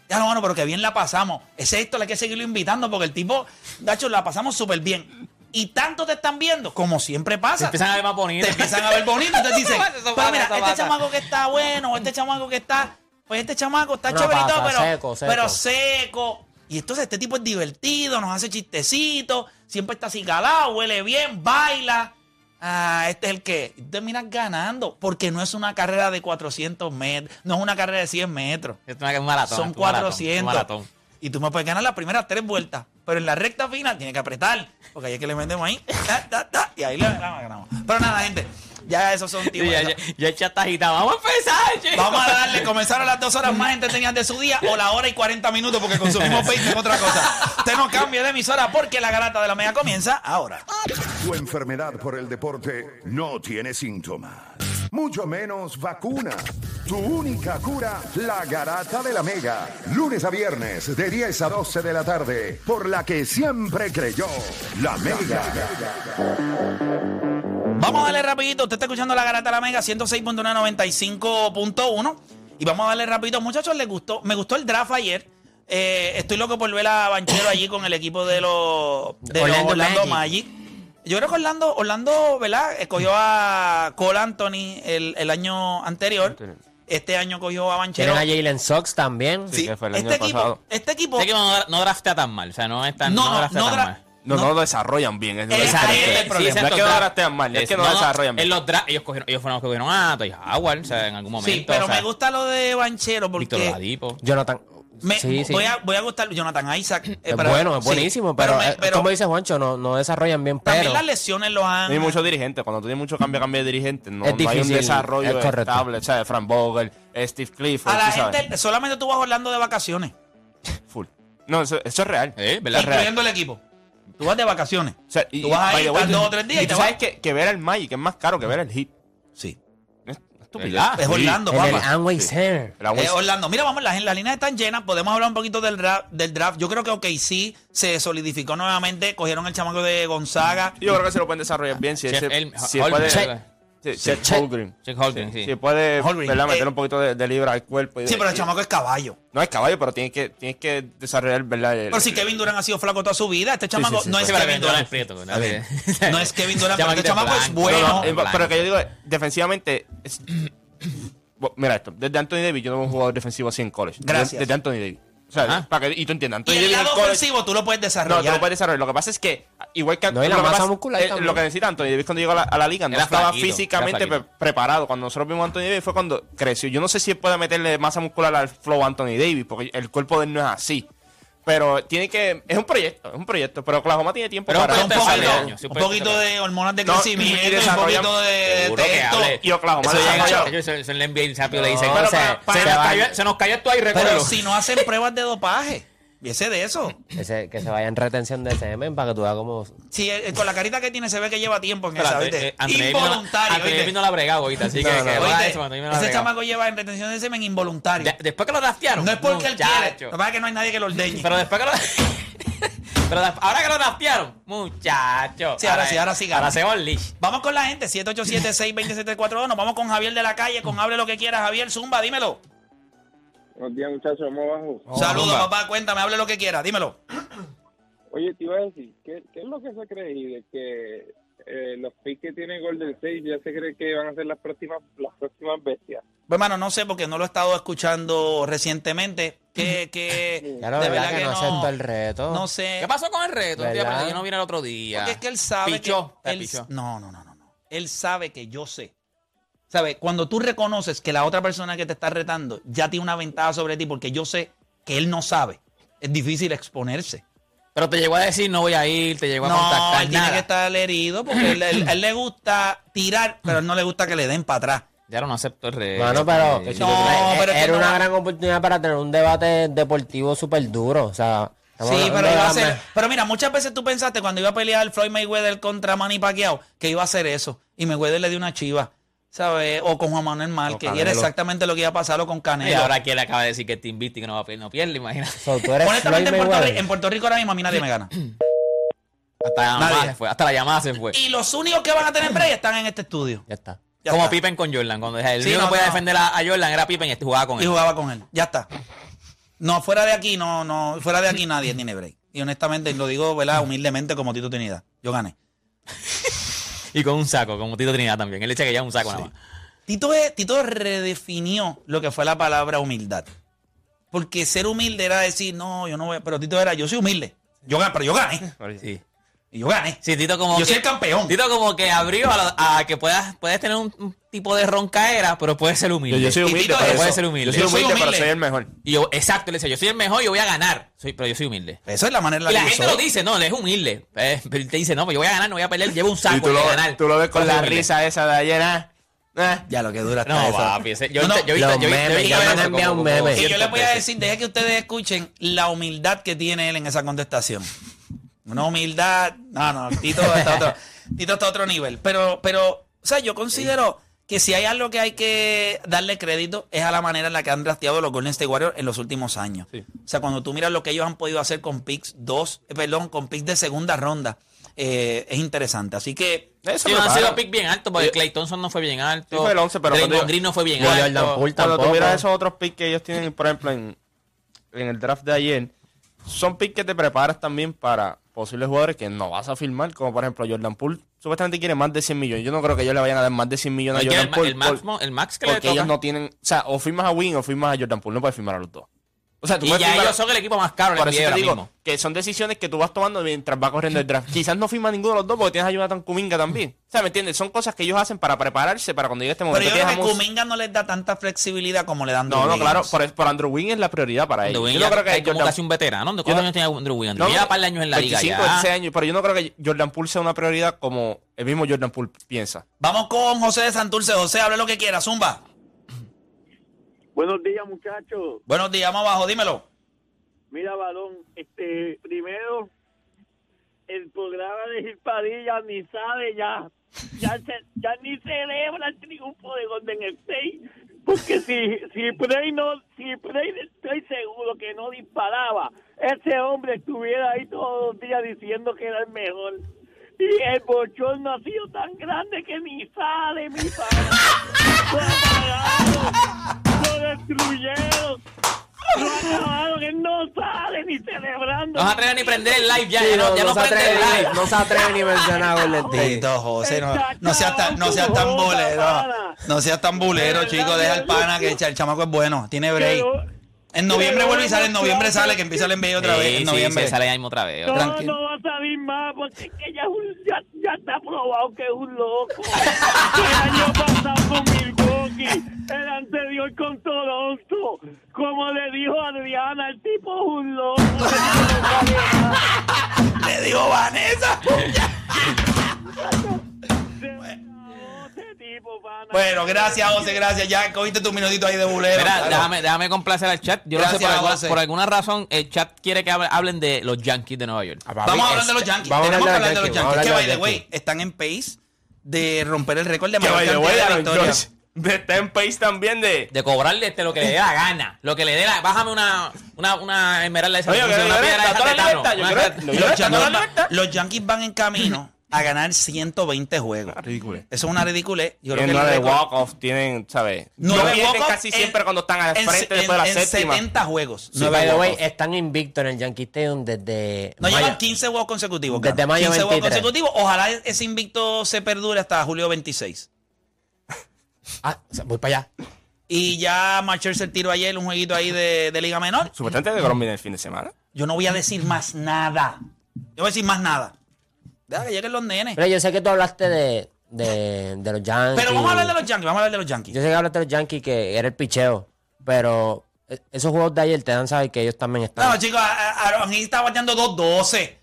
Speaker 3: Ya no, mano, pero que bien la pasamos. Ese esto, hay que seguirlo invitando porque el tipo, Dacho, la pasamos súper bien. Y tanto te están viendo, como siempre
Speaker 4: Se
Speaker 3: pasa.
Speaker 4: empiezan a ver más
Speaker 3: Te
Speaker 4: bonitas. *laughs*
Speaker 3: empiezan a ver bonito. Entonces dicen,
Speaker 4: Eso
Speaker 3: pero
Speaker 4: pasa,
Speaker 3: mira,
Speaker 4: eso
Speaker 3: este
Speaker 4: pasa.
Speaker 3: chamaco que está bueno, este chamaco que está, pues este chamaco está
Speaker 5: No
Speaker 3: chéverito,
Speaker 5: pasa,
Speaker 3: pero,
Speaker 5: seco, seco.
Speaker 3: pero seco. Y entonces este tipo es divertido, nos hace chistecitos, siempre está acicalado, huele bien, baila. Ah, este es el que y terminas ganando, porque no es una carrera de 400 metros, no es una carrera de 100 metros.
Speaker 4: Es una- un maratón.
Speaker 3: Son
Speaker 4: es un maratón,
Speaker 3: 400.
Speaker 4: un maratón.
Speaker 3: Y tú me puedes ganar las primeras tres vueltas. Pero en la recta final tienes que apretar. Porque ahí es que le metemos ahí. ta, ta, ta, y ahí le ganamos, ganamos. Pero nada, gente. Ya esos son
Speaker 4: Sí,
Speaker 3: tipos.
Speaker 4: ya,
Speaker 3: esos-
Speaker 4: ya, ya el chat está agitado. Vamos a empezar, chicos.
Speaker 3: Vamos a darle comenzaron las dos horas más entretenidas de su día o la hora y 40 minutos porque
Speaker 4: *laughs*
Speaker 3: consumimos Facebook en otra cosa. Usted no cambie de emisora porque la garata de la media comienza ahora.
Speaker 6: Tu enfermedad por el deporte no tiene síntomas, mucho menos vacuna. Tu única cura, la garata de la mega. Lunes a viernes de 10 a 12 de la tarde, por la que siempre creyó, la mega.
Speaker 3: Vamos a darle rapidito. Usted está escuchando la garata de la mega 106.195.1 y vamos a darle rapidito. Muchachos, les gustó. Me gustó el draft ayer. Eh, estoy loco por ver a Banchero allí con el equipo de los de los
Speaker 5: Orlando
Speaker 3: Orlando Magic.
Speaker 5: Magic.
Speaker 3: Yo creo que Orlando, Orlando, ¿verdad? Escogió a Cole Anthony el, el año anterior. Este año cogió a Banchero.
Speaker 5: Tienen a Jalen Sox también.
Speaker 3: Sí,
Speaker 7: que fue el año
Speaker 3: este, equipo,
Speaker 7: pasado.
Speaker 3: este equipo.
Speaker 4: Sé que no, no draftea tan mal. O sea, no es tan,
Speaker 3: No,
Speaker 4: no,
Speaker 3: no,
Speaker 4: draftea
Speaker 3: no
Speaker 4: tan
Speaker 3: dra-
Speaker 4: mal.
Speaker 7: No,
Speaker 3: No.
Speaker 7: no lo desarrollan bien. ese es
Speaker 3: Esa
Speaker 7: el
Speaker 3: es
Speaker 7: probleo.
Speaker 3: el problema.
Speaker 7: No es
Speaker 4: exacto,
Speaker 7: que no
Speaker 4: dra-
Speaker 7: draftean mal, es que no desarrollan bien.
Speaker 4: En los draft, ellos, cogieron, ellos fueron los que cogieron a Toy Howard, o sea, en algún momento.
Speaker 3: sí, pero
Speaker 4: o sea,
Speaker 3: me gusta lo de Banchero
Speaker 4: Víctor
Speaker 3: porque.
Speaker 4: Oladipo.
Speaker 5: Jonathan.
Speaker 3: Me,
Speaker 5: sí, sí.
Speaker 3: Voy, a, voy a gustar Jonathan Isaac. eh,
Speaker 5: es
Speaker 3: para-
Speaker 5: bueno, es
Speaker 3: sí,
Speaker 5: buenísimo, pero,
Speaker 3: me-
Speaker 5: eh, como dice Juancho, no, no desarrollan bien,
Speaker 3: también
Speaker 5: pero
Speaker 3: las lesiones lo han.
Speaker 7: No hay muchos dirigentes. Cuando tú tienes mucho cambio, cambio de dirigente, no,
Speaker 5: Es
Speaker 7: no hay un
Speaker 5: difícil,
Speaker 7: desarrollo
Speaker 5: es correcto.
Speaker 7: estable. O sea, Frank Vogel, eh, Steve Clifford,
Speaker 3: a la
Speaker 7: tú sabes,
Speaker 3: gente solamente tú vas Orlando de vacaciones,
Speaker 7: full. No, eso, eso es real.
Speaker 4: Eh, ¿verdad?
Speaker 3: incluyendo el equipo. Tú vas de vacaciones.
Speaker 7: O sea, y,
Speaker 3: Tú vas
Speaker 7: y-
Speaker 3: ahí,
Speaker 7: by the way,
Speaker 3: estás dos o tres días y
Speaker 7: Y tú
Speaker 3: te
Speaker 7: sabes
Speaker 3: vas.
Speaker 7: que, que ver al Magic es más caro que ver al Hit.
Speaker 3: Sí.
Speaker 7: Estúpido.
Speaker 4: ¿Verdad?
Speaker 3: Es Orlando,
Speaker 5: en el
Speaker 3: papá.
Speaker 5: Amway Center.
Speaker 7: La
Speaker 3: Eh,
Speaker 7: West-
Speaker 3: Orlando, mira, vamos, las, las líneas están llenas. Podemos hablar un poquito del draft. Del draft. Yo creo que OKC se solidificó nuevamente. Cogieron el chamaco de Gonzaga.
Speaker 7: Yo creo que se lo pueden desarrollar bien si
Speaker 4: Chef
Speaker 7: ese-
Speaker 4: Elm-
Speaker 7: si
Speaker 4: Holmgren,
Speaker 7: puede.
Speaker 4: ¿verdad?
Speaker 7: Sí, Chet
Speaker 5: Chet-
Speaker 7: Holmgren.
Speaker 4: Chet Holmgren, sí.
Speaker 7: Si puede
Speaker 3: Holmgren.
Speaker 7: ¿verdad?
Speaker 3: Eh,
Speaker 7: meter un poquito de, de libra al cuerpo. y de-
Speaker 3: Sí, pero el
Speaker 7: y-
Speaker 3: chamaco es caballo.
Speaker 7: No es caballo, pero tienes que, tienes que desarrollar, ¿verdad? El-
Speaker 3: Pero si Kevin Durant ha sido flaco toda su vida, este chamaco
Speaker 7: sí,
Speaker 3: no
Speaker 7: sí,
Speaker 3: es
Speaker 4: Sí, pero
Speaker 3: Kevin
Speaker 4: Kevin Durant
Speaker 3: Durant.
Speaker 4: es prieto, ¿no?
Speaker 3: Está bien. No es Kevin
Speaker 4: *laughs*
Speaker 3: Durant,
Speaker 4: Chamaquito
Speaker 3: porque el chamaco es
Speaker 4: blanco.
Speaker 3: bueno.
Speaker 7: No, no,
Speaker 4: es
Speaker 7: eh, pero
Speaker 4: blanco.
Speaker 7: que yo digo, eh, defensivamente. es- Bo- Mira esto, desde Anthony Davis yo no veo un jugador defensivo así en college. Desde-
Speaker 3: Gracias.
Speaker 7: Desde, Anthony Davis. O sea,
Speaker 4: Ajá.
Speaker 7: para que, y tú entiendas, Anthony
Speaker 3: Y el
Speaker 7: Davis en
Speaker 3: lado
Speaker 7: college-
Speaker 3: ofensivo tú lo puedes
Speaker 7: No,
Speaker 3: desarrollar.
Speaker 7: te lo puedes desarrollar. Lo que pasa es que, igual que
Speaker 5: No, y la
Speaker 7: lo que
Speaker 5: masa
Speaker 7: pasa- eh,
Speaker 5: muscular también.
Speaker 7: Lo que necesita Anthony Davis cuando llegó a la, a la liga, no
Speaker 4: Era
Speaker 7: estaba
Speaker 4: flaquito,
Speaker 7: físicamente
Speaker 4: era flaquito.
Speaker 7: pre- preparado. Cuando nosotros vimos a Anthony Davis fue cuando creció. Yo no sé si él puede meterle masa muscular al flow a Anthony Davis, porque el cuerpo de él no es así. Pero tiene que. Es un proyecto, es un proyecto. Pero Oklahoma tiene tiempo
Speaker 4: Pero es un
Speaker 7: para.
Speaker 3: Pero un
Speaker 4: Antes
Speaker 3: poquito,
Speaker 4: sale
Speaker 7: desarrollar.
Speaker 4: año, sí,
Speaker 3: un
Speaker 4: puede-
Speaker 3: poquito de hormonas de
Speaker 7: No,
Speaker 3: crecimiento,
Speaker 7: y
Speaker 3: un
Speaker 7: desarrollan-
Speaker 3: poquito de
Speaker 4: Seguro que
Speaker 3: texto.
Speaker 4: hable.
Speaker 7: Y Oklahoma
Speaker 4: Eso
Speaker 7: le
Speaker 4: ya
Speaker 7: llega
Speaker 4: hecho,
Speaker 7: ya.
Speaker 4: ellos en- en el NBA rápido le dicen,
Speaker 7: No,
Speaker 4: "Bueno,
Speaker 7: pero
Speaker 4: se-
Speaker 7: para-
Speaker 4: se
Speaker 7: para-
Speaker 4: nos cayó- se nos cayó esto ahí,
Speaker 3: Pero
Speaker 4: recuerdo.
Speaker 3: si no hacen pruebas de dopaje, viese de eso.
Speaker 5: Que se, que se vaya en retención de semen para que tú veas cómo...
Speaker 3: Si eh, con la carita que tiene se ve que lleva tiempo en
Speaker 4: Espérate,
Speaker 3: esa,
Speaker 4: eh,
Speaker 3: ¿viste?
Speaker 4: Andrés vino-
Speaker 3: Involuntario,
Speaker 4: Andrés
Speaker 3: ¿viste?
Speaker 4: vino la brega ahorita, así que
Speaker 5: No,
Speaker 4: que
Speaker 5: no,
Speaker 4: va
Speaker 3: ¿Viste?
Speaker 4: eso, Andrés vino la
Speaker 3: Ese
Speaker 4: brega.
Speaker 3: chamaco lleva en retención de semen involuntario.
Speaker 4: Ya- Después que lo draftearon.
Speaker 3: no es porque él quiere.
Speaker 4: muchacho.
Speaker 3: Lo que pasa es que no hay nadie que lo ordeñe.
Speaker 4: Pero después que lo. *laughs* Pero des- ahora que lo draftearon, muchacho.
Speaker 3: Sí, ahora sí, ahora sí gana.
Speaker 4: Ahora se va el leash.
Speaker 3: Vamos con la gente, 787-627-742. Nos vamos con Javier de la calle, con Hable lo que quieras. Javier, Zumba, dímelo.
Speaker 8: Buenos días, muchachos, vamos abajo.
Speaker 3: Saludos, papá, cuéntame, hable lo que quieras, dímelo.
Speaker 8: Oye, te iba a decir, ¿qué, qué es lo que se cree y de que eh, los picks que tiene Golden State ya se cree que van a ser las próximas las próximas bestias?
Speaker 3: Pues, hermano, no sé porque no lo he estado escuchando recientemente. Que, que
Speaker 4: *laughs*
Speaker 5: Ya lo
Speaker 3: de
Speaker 5: verdad, que, no aceptó el reto.
Speaker 3: No sé.
Speaker 4: ¿Qué pasó con el reto?
Speaker 5: ¿Verdad?
Speaker 4: Estoy aprendiendo, Yo no vine el otro día.
Speaker 3: Porque es que él sabe
Speaker 4: Pichó,
Speaker 3: que
Speaker 4: te
Speaker 3: él,
Speaker 4: pichó.
Speaker 3: no, no, no, no, no. Él sabe que yo sé. ¿Sabe? Cuando tú reconoces que la otra persona que te está retando ya tiene una ventaja sobre ti porque yo sé que él no sabe. Es difícil exponerse.
Speaker 4: Pero te llegó a decir, no voy a ir, te llegó a
Speaker 3: No,
Speaker 4: contactar.
Speaker 3: él tiene
Speaker 4: nada.
Speaker 3: que estar herido porque él, él- él le gusta tirar, pero él no le gusta que le den para atrás.
Speaker 4: Ya no acepto el reto.
Speaker 5: Mano, pero,
Speaker 4: Sí.
Speaker 3: No,
Speaker 5: eh,
Speaker 3: pero es que
Speaker 5: era
Speaker 3: no
Speaker 5: una
Speaker 3: va-
Speaker 5: gran oportunidad para tener un debate deportivo súper duro. O sea, estamos
Speaker 3: Sí,
Speaker 5: hablando
Speaker 3: pero
Speaker 5: de
Speaker 3: iba a
Speaker 5: las
Speaker 3: ser-
Speaker 5: me-
Speaker 3: Pero mira, muchas veces tú pensaste cuando iba a pelear Floyd Mayweather contra Manny Pacquiao que iba a hacer eso. Y Mayweather le dio una chiva, ¿sabes? O con Juan Manuel Márquez. Y era
Speaker 5: Canelo.
Speaker 3: exactamente lo que iba a pasar o con
Speaker 4: Y
Speaker 3: Canelo.
Speaker 4: ahora que él acaba de decir que Team Vitti que no va a perder, no pierde, imagínate.
Speaker 5: So, tú eres
Speaker 3: Honestamente, en
Speaker 5: Floyd
Speaker 3: Puerto, Rico,
Speaker 5: Mayweather.
Speaker 3: en Puerto Rico ahora mismo a mí nadie me gana.
Speaker 4: Hasta la llamada
Speaker 3: Nadie.
Speaker 4: se fue. Hasta la llamada se fue.
Speaker 3: Y los únicos que van a tener break están en este estudio.
Speaker 5: Ya está.
Speaker 3: *laughs* Ya
Speaker 4: Como
Speaker 3: está.
Speaker 4: Pippen con Jordan. Cuando el
Speaker 3: Sí,
Speaker 4: mío no,
Speaker 3: no,
Speaker 4: podía
Speaker 3: no.
Speaker 4: defender a, a Jordan, era Pippen y este jugaba con
Speaker 3: Y
Speaker 4: él.
Speaker 3: jugaba con él. Ya está. No, fuera de aquí, no, no, fuera de aquí nadie tiene break. Y honestamente, lo digo, ¿verdad? Humildemente, como Tito Trinidad. Yo gané.
Speaker 4: Y con un saco, como Tito Trinidad también. Él echa que ya un saco nada más.
Speaker 3: Tito, es- Tito redefinió lo que fue la palabra humildad. Porque ser humilde era decir, no, yo no voy. a-". Pero Tito era, yo soy humilde. Yo gané, pero yo gané.
Speaker 4: Sí.
Speaker 3: Y yo gané.
Speaker 4: Sí, Tito como
Speaker 3: Yo
Speaker 4: que,
Speaker 3: soy el campeón.
Speaker 4: Tito como que abrió a, lo- a que puedas, puedes tener un, un tipo de roncaera, pero puedes ser humilde.
Speaker 7: Yo, yo soy
Speaker 3: Y
Speaker 7: humilde,
Speaker 3: Tito
Speaker 7: pero
Speaker 3: es-
Speaker 7: eso-
Speaker 4: puede ser humilde.
Speaker 7: Yo soy
Speaker 3: Yo soy
Speaker 7: humilde, pero
Speaker 3: humilde.
Speaker 7: soy el mejor.
Speaker 4: Y yo, exacto, le decía, yo soy el mejor, yo voy a ganar. Soy, pero yo soy humilde.
Speaker 3: Esa es la manera en la
Speaker 4: Y la
Speaker 3: que yo
Speaker 4: gente
Speaker 3: soy.
Speaker 4: lo dice, no, él es humilde. Eh, pero él te dice, no, pues yo voy a ganar, no voy a perder, llevo un saco,
Speaker 7: Y tú
Speaker 4: voy
Speaker 7: lo,
Speaker 4: a ganar.
Speaker 7: tú lo ves con
Speaker 4: Soy
Speaker 7: la
Speaker 4: humilde.
Speaker 7: risa esa de ayer. ¿ah? Eh,
Speaker 9: Ya lo que dura
Speaker 4: No,
Speaker 9: está eso.
Speaker 4: papi, ese- yo,
Speaker 3: No, no,
Speaker 4: yo, vi- yo,
Speaker 9: los
Speaker 4: vi- yo vi-
Speaker 9: memes,
Speaker 4: yo
Speaker 9: ya
Speaker 4: vi-
Speaker 9: me han
Speaker 4: eso
Speaker 5: enviado
Speaker 4: como-
Speaker 5: un meme.
Speaker 4: como-
Speaker 7: Eh,
Speaker 5: Sí,
Speaker 3: Y yo les voy a
Speaker 9: 100
Speaker 3: decir, deje que ustedes escuchen la humildad que tiene él en esa contestación. Una humildad. No, no, Tito está
Speaker 7: *laughs*
Speaker 3: otro, Tito está a otro nivel. Pero, pero, o sea, yo considero que si hay algo que hay que darle crédito es a la manera en la que han drafteado los Golden State Warriors en los últimos años. O sea, cuando tú miras lo que ellos han podido hacer con picks dos, eh, perdón, con picks de segunda ronda, eh, es interesante. Así que
Speaker 7: eso
Speaker 4: Sí,
Speaker 7: me
Speaker 4: no han
Speaker 7: para.
Speaker 4: sido pick bien alto, porque Clay Thompson no fue bien alto.
Speaker 7: Sí, fue el 11, pero
Speaker 4: Draymond
Speaker 7: cuando-
Speaker 4: Green no fue bien
Speaker 5: Ni Jordan
Speaker 4: alto.
Speaker 5: Poole
Speaker 7: Cuando tú miras
Speaker 5: tampoco.
Speaker 7: esos otros picks que ellos tienen, por ejemplo, en, en el draft de ayer, son picks que te preparas también para posibles jugadores que no vas a firmar, como por ejemplo Jordan Poole. Supuestamente quiere más de 100 millones. Yo no creo que ellos le vayan a dar más de 100 millones a
Speaker 4: Es que
Speaker 7: Jordan
Speaker 4: el, ma-
Speaker 7: Poole.
Speaker 4: el
Speaker 7: por-
Speaker 4: máximo- el max que le
Speaker 7: porque
Speaker 4: toca.
Speaker 7: ellos no tienen. O sea, o firmas a Win o firmas a Jordan Poole. No puedes firmar a los dos. O sea, tú
Speaker 4: y
Speaker 7: puedes
Speaker 4: ya
Speaker 7: firmar.
Speaker 4: ellos son el equipo más caro en
Speaker 7: por
Speaker 4: la
Speaker 7: eso
Speaker 4: NBA
Speaker 7: te
Speaker 4: ahora
Speaker 7: digo
Speaker 4: mismo.
Speaker 7: que son decisiones que tú vas tomando mientras va corriendo el draft. Quizás no firma ninguno de los dos porque tienes a Jonathan Kuminga también. O sea, ¿me entiendes? Son cosas que ellos hacen para prepararse para cuando llegue este momento.
Speaker 3: Pero yo creo
Speaker 7: Tienes
Speaker 3: que
Speaker 7: a Mus-
Speaker 3: Kuminga no les da tanta flexibilidad como le dan
Speaker 7: No, no,
Speaker 3: Drew
Speaker 7: claro,
Speaker 3: Wiggins.
Speaker 7: por, por Andrew Wynn es la prioridad para ellos.
Speaker 4: Andrew
Speaker 7: Yo
Speaker 4: Wiggins
Speaker 7: no
Speaker 4: ya
Speaker 7: creo que
Speaker 4: es como
Speaker 7: Jordan-
Speaker 4: casi un veterano. ¿De
Speaker 7: Yo
Speaker 4: ¿Cuántos
Speaker 7: no-
Speaker 4: años tenía Andrew Wiggins?
Speaker 7: no,
Speaker 4: Lleva
Speaker 7: no,
Speaker 4: par de años en la
Speaker 7: 25,
Speaker 4: liga ya.
Speaker 7: 26 años, pero yo no creo que Jordan Poole sea una prioridad como el mismo Jordan Poole piensa.
Speaker 3: Vamos con José de Santurce. José, hable lo que quiera, Zumba.
Speaker 10: Buenos días, muchachos.
Speaker 3: Buenos días, vamos abajo, dímelo.
Speaker 10: Mira, balón, este, primero, el programa de Gil Padilla ni sabe ya, ya, se- ya ni celebra el triunfo de Golden State, porque si, si Prey no, si Prey estoy seguro que no disparaba, ese hombre estuviera ahí todos los días diciendo que era el mejor. Y el bochorno ha sido tan grande que ni sale, mi padre. *laughs* Lo apagaron, lo destruyeron. Claro, que no sale ni celebrando.
Speaker 4: No se atreven ni prender el live ya. ya
Speaker 5: no,
Speaker 4: no, ya no
Speaker 5: no se
Speaker 4: prende
Speaker 5: atreve
Speaker 4: el live.
Speaker 5: ni, no se atreve ni mencionar
Speaker 3: *laughs*
Speaker 5: a Golden State.
Speaker 3: Tito, José, no,
Speaker 10: Está
Speaker 3: no seas tan, no seas tan
Speaker 10: cabrón,
Speaker 3: bulero.
Speaker 10: pana.
Speaker 3: No seas tan bulero,
Speaker 10: De verdad,
Speaker 3: chico. Deja el
Speaker 10: de
Speaker 3: pana
Speaker 10: verdad.
Speaker 3: que el, el chamaco es bueno. Tiene break.
Speaker 10: Pero-
Speaker 3: En noviembre
Speaker 10: pero
Speaker 3: vuelve y sale, en
Speaker 10: no
Speaker 3: noviembre
Speaker 10: sale.
Speaker 3: sale, que empieza el envío otra
Speaker 4: Sí,
Speaker 3: vez. En
Speaker 4: sí,
Speaker 3: noviembre.
Speaker 4: sí, sale ahí mismo otra vez.
Speaker 10: No,
Speaker 3: Tranquilo.
Speaker 10: no va a salir más porque es que ya, es un- ya, ya está probado que es un
Speaker 3: *laughs*
Speaker 10: loco. El año pasado con Milwaukee, el anterior con Toronto. Como le dijo Adriana, el tipo es
Speaker 3: *laughs*
Speaker 10: un loco. el tipo no vale nada.
Speaker 3: Le digo Vanessa.
Speaker 10: Se acabó ese tipo, pana.
Speaker 3: Bueno, gracias, José, gracias. Ya cogiste tu minutito ahí de bulero.
Speaker 4: Mira,
Speaker 3: Claro.
Speaker 4: déjame, déjame complacer al chat. Yo no sé,
Speaker 3: Gracias,
Speaker 4: por alguna,
Speaker 3: José.
Speaker 4: por alguna razón, el chat quiere que hable- hablen de los Yankees de Nueva York.
Speaker 3: Vamos a hablar de los Yankees.
Speaker 5: vamos a
Speaker 3: Tenemos que
Speaker 5: hablar
Speaker 3: hablar
Speaker 5: de
Speaker 3: de los Yankees.
Speaker 5: Yankees, vamos
Speaker 3: Que
Speaker 5: a
Speaker 3: by
Speaker 5: hablar
Speaker 3: the
Speaker 5: de
Speaker 3: way,
Speaker 5: Yankees.
Speaker 3: están en pace de romper el récord de
Speaker 7: Que
Speaker 3: mayor
Speaker 7: vaya,
Speaker 3: cantidad de
Speaker 7: vaya,
Speaker 3: victorias.
Speaker 7: George, de- está en pace también de.
Speaker 4: De cobrarle este lo que le dé la gana. Lo que le dé la. Bájame una, una, una esmeralda de esa.
Speaker 7: Oye, que
Speaker 4: una piedra
Speaker 7: la libertad,
Speaker 4: de esa
Speaker 7: toda la
Speaker 4: tetano,
Speaker 7: libertad, yo
Speaker 4: una
Speaker 7: creo-
Speaker 4: esa-
Speaker 7: lo-
Speaker 3: Los
Speaker 7: Levanta,
Speaker 3: Yankees,
Speaker 7: no, levanta.
Speaker 3: los Yankees van en camino a ganar 120 juegos.
Speaker 7: Ridículo.
Speaker 3: Eso es una ridiculez. Yo creo que
Speaker 7: Tienen
Speaker 3: el
Speaker 7: nueve
Speaker 3: récord-
Speaker 7: walk-off, tienen, ¿sabes? No
Speaker 3: nueve
Speaker 7: pierden
Speaker 3: walk-off
Speaker 7: casi
Speaker 3: en-
Speaker 7: siempre cuando están al
Speaker 3: en-
Speaker 7: frente después de
Speaker 3: en-
Speaker 7: la
Speaker 3: en
Speaker 7: séptima.
Speaker 3: 70 juegos.
Speaker 5: Sí,
Speaker 3: nueve
Speaker 5: by the way,
Speaker 3: walk-off.
Speaker 5: están invictos en el Yankee Stadium desde
Speaker 3: no
Speaker 5: mayo.
Speaker 3: llevan 15 juegos consecutivos.
Speaker 5: Desde
Speaker 3: Carlos.
Speaker 5: mayo
Speaker 3: 15 juegos
Speaker 5: 23.
Speaker 3: consecutivos. Ojalá ese invicto se perdure hasta julio 26.
Speaker 5: Ah, o sea, voy
Speaker 3: *laughs*
Speaker 5: para allá.
Speaker 3: Y ya Marcher se tiró ayer un jueguito ahí de, de Liga Menor.
Speaker 7: Supuestamente de Colombia en el fin de semana.
Speaker 3: Yo no voy a decir más nada. Yo voy a decir más nada. Deja que lleguen los nenes.
Speaker 5: Pero yo sé que tú hablaste de, de, de los Yankees.
Speaker 3: Pero vamos a hablar de los Yankees. Vamos a hablar de los Yankees.
Speaker 5: Yo sé que hablaste de los Yankees que era el picheo, pero eh, esos juegos de ayer te dan saber que ellos también
Speaker 3: No,
Speaker 5: están. No,
Speaker 3: chicos, a- a- Aaron Hicks está bateando 2-12.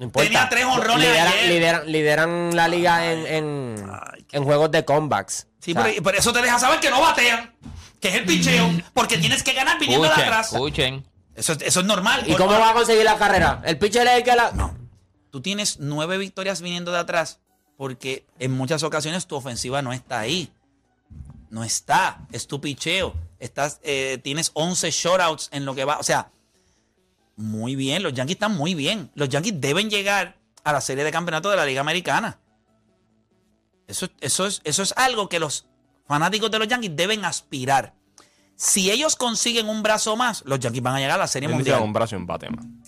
Speaker 5: importa.
Speaker 3: tenía tres jonrones
Speaker 5: lideran,
Speaker 3: ayer.
Speaker 5: Lideran, lideran la liga en, en, en juegos de comebacks.
Speaker 3: Sí,
Speaker 5: O sea,
Speaker 3: pero, pero eso te deja saber que no batean, que es el picheo,
Speaker 5: Mm.
Speaker 3: porque tienes que ganar viniendo de
Speaker 4: Escuchen,
Speaker 3: atrás.
Speaker 4: escuchen.
Speaker 3: Eso, es- eso es normal.
Speaker 5: ¿Y cómo va a conseguir la carrera? El pitcher es el que la. No.
Speaker 3: Tú tienes nueve victorias viniendo de atrás, porque en muchas ocasiones tu ofensiva no está ahí. No está, es tu picheo. Estás, eh, tienes 11 shortouts en lo que va. O sea, muy bien, los Yankees están muy bien. Los Yankees deben llegar a la serie de campeonato de la Liga Americana. Eso, eso, es, eso es algo que los fanáticos de los Yankees deben aspirar. Si ellos consiguen un brazo más, los Yankees van a llegar a la Serie
Speaker 7: Yo necesito un
Speaker 3: Mundial.
Speaker 7: brazo y un bate, man.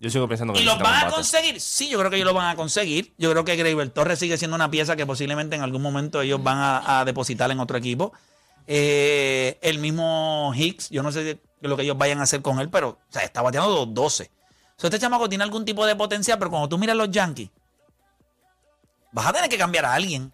Speaker 7: Yo sigo pensando que
Speaker 3: ¿Y los
Speaker 7: necesitan
Speaker 3: van a
Speaker 7: un bate.
Speaker 3: conseguir? Sí, yo creo que ellos lo van a conseguir. Yo creo que Graver Torres sigue siendo una pieza que posiblemente en algún momento ellos van a, a depositar en otro equipo. Eh, el mismo Hicks, yo no sé lo que ellos vayan a hacer con él, pero o sea, está bateando 2-12. O sea, este chamaco tiene algún tipo de potencial, pero cuando tú miras los Yankees, vas a tener que cambiar a alguien.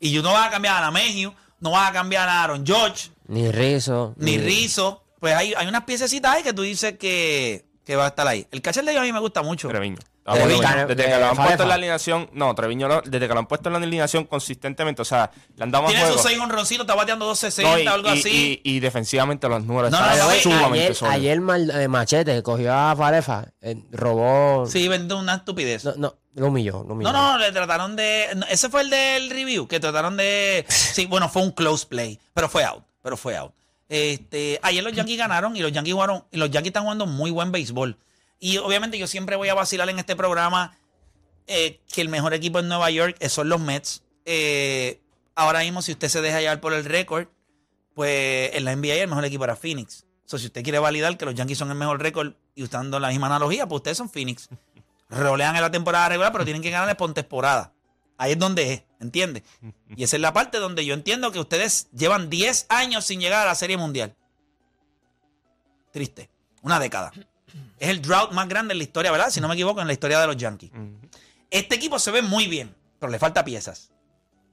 Speaker 3: Y yo no vas a cambiar a la Mejio, no vas a cambiar a Aaron George,
Speaker 5: Ni Rizzo.
Speaker 3: ni Rizzo. Pues hay, hay unas piececitas ahí que tú dices que, que va a estar ahí. El catcher de ellos a mí me gusta mucho.
Speaker 7: Treviño. Ah, bueno,
Speaker 5: Treviño,
Speaker 7: bueno, desde
Speaker 5: de-
Speaker 7: que lo han
Speaker 5: Falefa.
Speaker 7: puesto en la alineación, no, Treviño, lo- desde que lo han puesto en la alineación consistentemente, o sea, le han dado más
Speaker 3: Tiene sus
Speaker 7: juegos.
Speaker 3: seis honroncitos, está bateando
Speaker 7: No,
Speaker 3: 260
Speaker 7: y,
Speaker 3: o algo
Speaker 7: y-
Speaker 3: así.
Speaker 7: y- y defensivamente los números
Speaker 3: No, no,
Speaker 7: están
Speaker 3: no, eh,
Speaker 5: Oye,
Speaker 3: sí,
Speaker 7: sumamente
Speaker 5: ayer,
Speaker 7: sólidos.
Speaker 5: ayer mal- eh, Machete que cogió a Farefa, eh, robó.
Speaker 3: Sí, vende una estupidez.
Speaker 5: No, no, lo humilló, lo humilló.
Speaker 3: No, no, le trataron de. no, ese fue el del review, que trataron de. Sí, bueno, fue un close play, pero fue out, pero fue out. Este, ayer los Yankees ganaron y los Yankees jugaron, y los Yankees están jugando muy buen béisbol. Y obviamente yo siempre voy a vacilar en este programa eh, que el mejor equipo en Nueva York eh, son los Mets. Eh, ahora mismo, si usted se deja llevar por el récord, pues en la NBA el mejor equipo era Phoenix. O sea, si usted quiere validar que los Yankees son el mejor récord y usando la misma analogía, pues ustedes son Phoenix. Rolean en la temporada regular, pero tienen que ganar por temporada. Ahí es donde es, ¿entiendes? Y esa es la parte donde yo entiendo que ustedes llevan 10 años sin llegar a la Serie Mundial. Triste. Una década. Es el drought más grande en la historia, ¿verdad? Si no me equivoco, en la historia de los Yankees. Este equipo se ve muy bien, pero le falta piezas.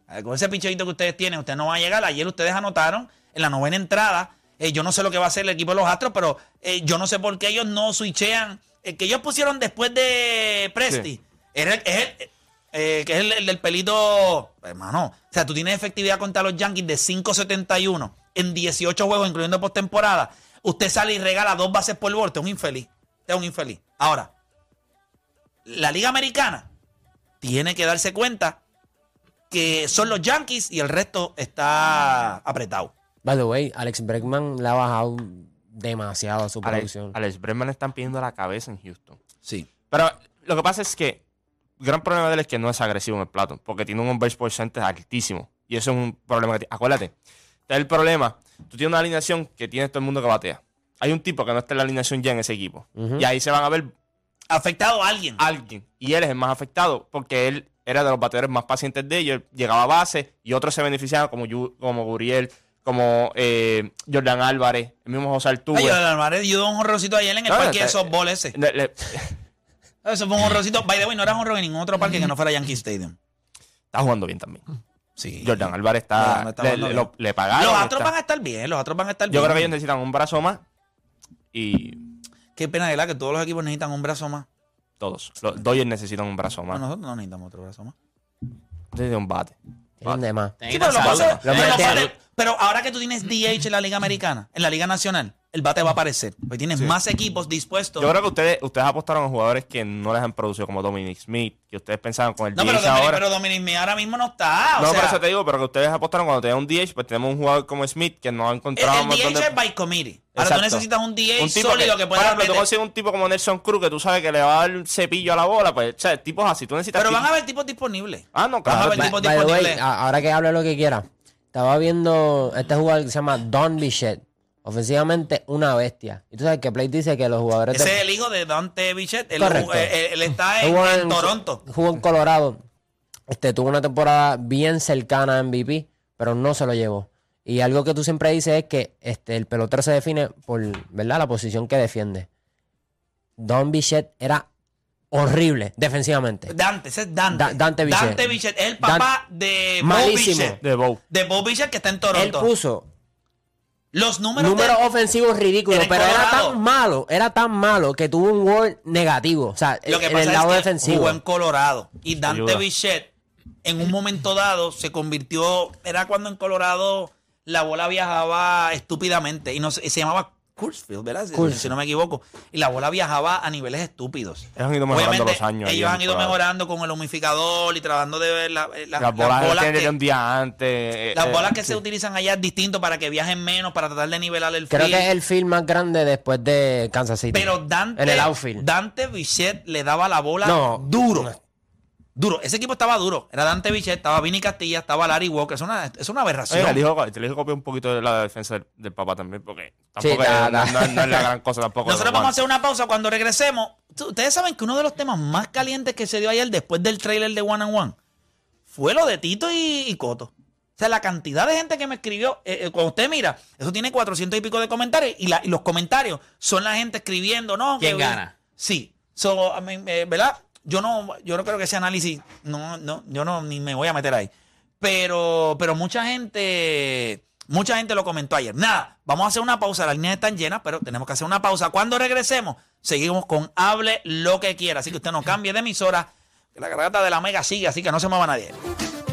Speaker 3: A ver, Con ese pichadito que ustedes tienen, ustedes no van a llegar. Ayer ustedes anotaron en la novena entrada. Eh, yo no sé lo que va a hacer el equipo de los Astros, pero eh, yo no sé por qué ellos no switchean. El que ellos pusieron después de Presti
Speaker 7: Sí.
Speaker 3: era el- es el- eh, que es el, el del pelito. Hermano, o sea, tú tienes efectividad contra los Yankees de 5.71 en 18 juegos, incluyendo postemporada. Usted sale y regala dos bases por borde. Usted Es un infeliz. Usted Es un infeliz. Ahora, la Liga Americana tiene que darse cuenta que son los Yankees y el resto está apretado.
Speaker 5: By the way, Alex Bregman le ha bajado demasiado a su
Speaker 7: Alex,
Speaker 5: producción.
Speaker 7: Alex Bregman le están pidiendo la cabeza en Houston.
Speaker 3: Sí.
Speaker 7: Pero lo que pasa es que el gran problema de él es que no es agresivo en el plato, porque tiene un on-base porcentaje altísimo. Y eso es un problema que tiene. Acuérdate, está el problema. Tú tienes una alineación que tiene todo el mundo que batea. Hay un tipo que no está en la alineación ya en ese equipo.
Speaker 5: Ujú.
Speaker 7: Y ahí se van a ver
Speaker 3: Afectado a alguien.
Speaker 7: alguien. Y él es el más afectado porque él era de los bateadores más pacientes de ellos. Llegaba a base y otros se beneficiaban, como, Yu- como Guriel, como eh, Jordan Álvarez, el mismo José Altuve.
Speaker 3: Ay, yo, Alvarez dio un honrocito ayer en el
Speaker 7: No, no,
Speaker 3: parque de
Speaker 7: Ah, está-
Speaker 3: softball ese.
Speaker 7: Le- le-
Speaker 3: Eso fue un honrocito. By the way, no era honro en ningún otro parque que no fuera Yankee Stadium.
Speaker 7: está jugando bien también.
Speaker 3: Sí.
Speaker 7: Jordan Álvarez está.
Speaker 3: Mm. No, no está
Speaker 7: le,
Speaker 3: jugando
Speaker 7: le-
Speaker 3: bien.
Speaker 7: lo- le pagaron.
Speaker 3: los Astros
Speaker 7: está-
Speaker 3: van a estar bien, los Astros van a estar
Speaker 7: Yo
Speaker 3: bien.
Speaker 7: creo que ellos necesitan un brazo más y
Speaker 3: Qué pena de la que todos los equipos necesitan un brazo
Speaker 7: Ah.
Speaker 3: más.
Speaker 7: todos. Los Dodgers necesitan un brazo
Speaker 3: No,
Speaker 7: más.
Speaker 3: nosotros no necesitamos otro brazo más.
Speaker 7: Desde un bate.
Speaker 5: Tienen de más.
Speaker 3: Sí, pero, los
Speaker 4: Salud.
Speaker 3: bases-
Speaker 5: Lo
Speaker 3: pero los
Speaker 5: metieron.
Speaker 3: bases- pero ahora que tú tienes DH en la Liga Americana, en la Liga Nacional, el bate va a aparecer. Porque tienes más equipos dispuestos.
Speaker 7: Yo creo que ustedes, ustedes apostaron a jugadores que no les han producido, como Dominic Smith, que ustedes pensaban con el
Speaker 3: no,
Speaker 7: DH
Speaker 3: pero Dominic,
Speaker 7: ahora.
Speaker 3: pero Dominic Mea ahora mismo no está. Ah, o
Speaker 7: no,
Speaker 3: sea,
Speaker 7: por eso te digo, pero que ustedes apostaron cuando tenía un DH, pues tenemos un jugador como Smith que no ha
Speaker 3: el,
Speaker 7: encontrado
Speaker 3: el
Speaker 7: un
Speaker 3: DH
Speaker 7: montón de-
Speaker 3: es by committee. Ahora
Speaker 7: Exacto.
Speaker 3: tú necesitas un DH
Speaker 7: Un tipo
Speaker 3: sólido que,
Speaker 7: por
Speaker 3: pueda
Speaker 7: ejemplo, tú
Speaker 3: meter.
Speaker 7: consigues un tipo como Nelson Cruz que tú sabes que le va a dar un cepillo a la bola, pues, o sea, tipos así, tú necesitas...
Speaker 3: Pero
Speaker 7: tipos-
Speaker 3: van a haber tipos disponibles.
Speaker 7: Ah,
Speaker 3: van
Speaker 7: no,
Speaker 3: a
Speaker 7: claro.
Speaker 3: haber
Speaker 7: va-
Speaker 3: tipos
Speaker 5: By the way,
Speaker 3: disponibles.
Speaker 5: a- ahora que hable lo que quiera, estaba viendo este jugador que se llama Don Bichette. Ofensivamente, una bestia. Y tú sabes que Play dice que los jugadores.
Speaker 3: Ese es el hijo de Dante Bichette. Él,
Speaker 5: Correcto.
Speaker 3: él- eh, él está
Speaker 5: Él
Speaker 3: en,
Speaker 5: jugó
Speaker 3: en Toronto.
Speaker 5: Jugó en Colorado. Este, tuvo una temporada bien cercana a MVP, pero no se lo llevó. Y algo que tú siempre dices es que este, el pelotero se define por ¿verdad? la posición que defiende. Don Bichette era horrible defensivamente.
Speaker 3: Dante, ese es Dante.
Speaker 5: Da- Dante Bichette.
Speaker 3: Dante Bichette es el papá de Bob
Speaker 5: Malísimo.
Speaker 3: Bichette.
Speaker 7: De Bow.
Speaker 3: De Bob Bichette que está en
Speaker 5: Él
Speaker 3: Toronto.
Speaker 5: puso
Speaker 3: Los números, de-
Speaker 5: números ofensivos ridículos,
Speaker 3: en el
Speaker 5: pero era
Speaker 3: Colorado.
Speaker 5: tan malo, era tan malo que tuvo un gol negativo. O sea,
Speaker 3: Lo que
Speaker 5: en
Speaker 3: pasa
Speaker 5: el lado
Speaker 3: es que
Speaker 5: defensivo.
Speaker 3: jugó en Colorado y Dante
Speaker 7: Ayuda.
Speaker 3: Bichette en un momento dado se convirtió, era cuando en Colorado la bola viajaba estúpidamente y, no, se se llamaba Coors-Field, ¿verdad? Si-
Speaker 5: Coors.
Speaker 3: Si no me equivoco. Y la bola viajaba a niveles estúpidos.
Speaker 7: Ellos han ido mejorando los años ahí
Speaker 3: Ellos
Speaker 7: en
Speaker 3: han ido
Speaker 7: Colorado.
Speaker 3: mejorando con el humificador y tratando de ver la- eh, la-
Speaker 7: Las bolas, que
Speaker 3: que-
Speaker 7: tienen un día antes. eh,
Speaker 3: las
Speaker 7: eh,
Speaker 3: bolas que
Speaker 7: sí.
Speaker 3: se utilizan allá es distinto para que viajen menos, para tratar de nivelar el
Speaker 5: Creo
Speaker 3: field.
Speaker 5: que es el field más grande después de Kansas City.
Speaker 3: Pero Dante,
Speaker 5: En el outfield.
Speaker 3: Dante Bichette le daba la bola
Speaker 5: No.
Speaker 3: duro. Duro. Ese equipo estaba duro. Era Dante Bichette, estaba Vinny Castilla, estaba Larry Walker. Es una, es una aberración.
Speaker 7: Oiga, le dijo, te le dijo copiar un poquito de la defensa del, del papá también, porque
Speaker 5: Sí,
Speaker 7: tampoco es,
Speaker 5: nada,
Speaker 7: no-
Speaker 5: nada.
Speaker 7: no- no es la gran cosa tampoco.
Speaker 3: Nosotros vamos a hacer una pausa cuando regresemos. Tú- Ustedes saben que uno de los temas más calientes que se dio ayer después del trailer de One and One fue lo de Tito y, y Coto. O sea, la cantidad de gente que me escribió, eh, eh, cuando usted mira, eso tiene 400 y pico de comentarios y, la- y los comentarios son la gente escribiendo, ¿no?
Speaker 4: ¿Quién
Speaker 3: que-
Speaker 4: gana?
Speaker 3: Sí. So, a mí, eh, ¿Verdad? Yo no, yo no creo que ese análisis, no, no, yo no ni me voy a meter ahí. Pero, pero mucha gente Mucha gente lo comentó ayer. Nada, vamos a hacer una pausa. Las líneas están llenas, pero tenemos que hacer una pausa. Cuando regresemos, seguimos con Hable lo que quiera. Así que usted no cambie de emisora. que La garganta de la mega sigue, así que no se mueva nadie.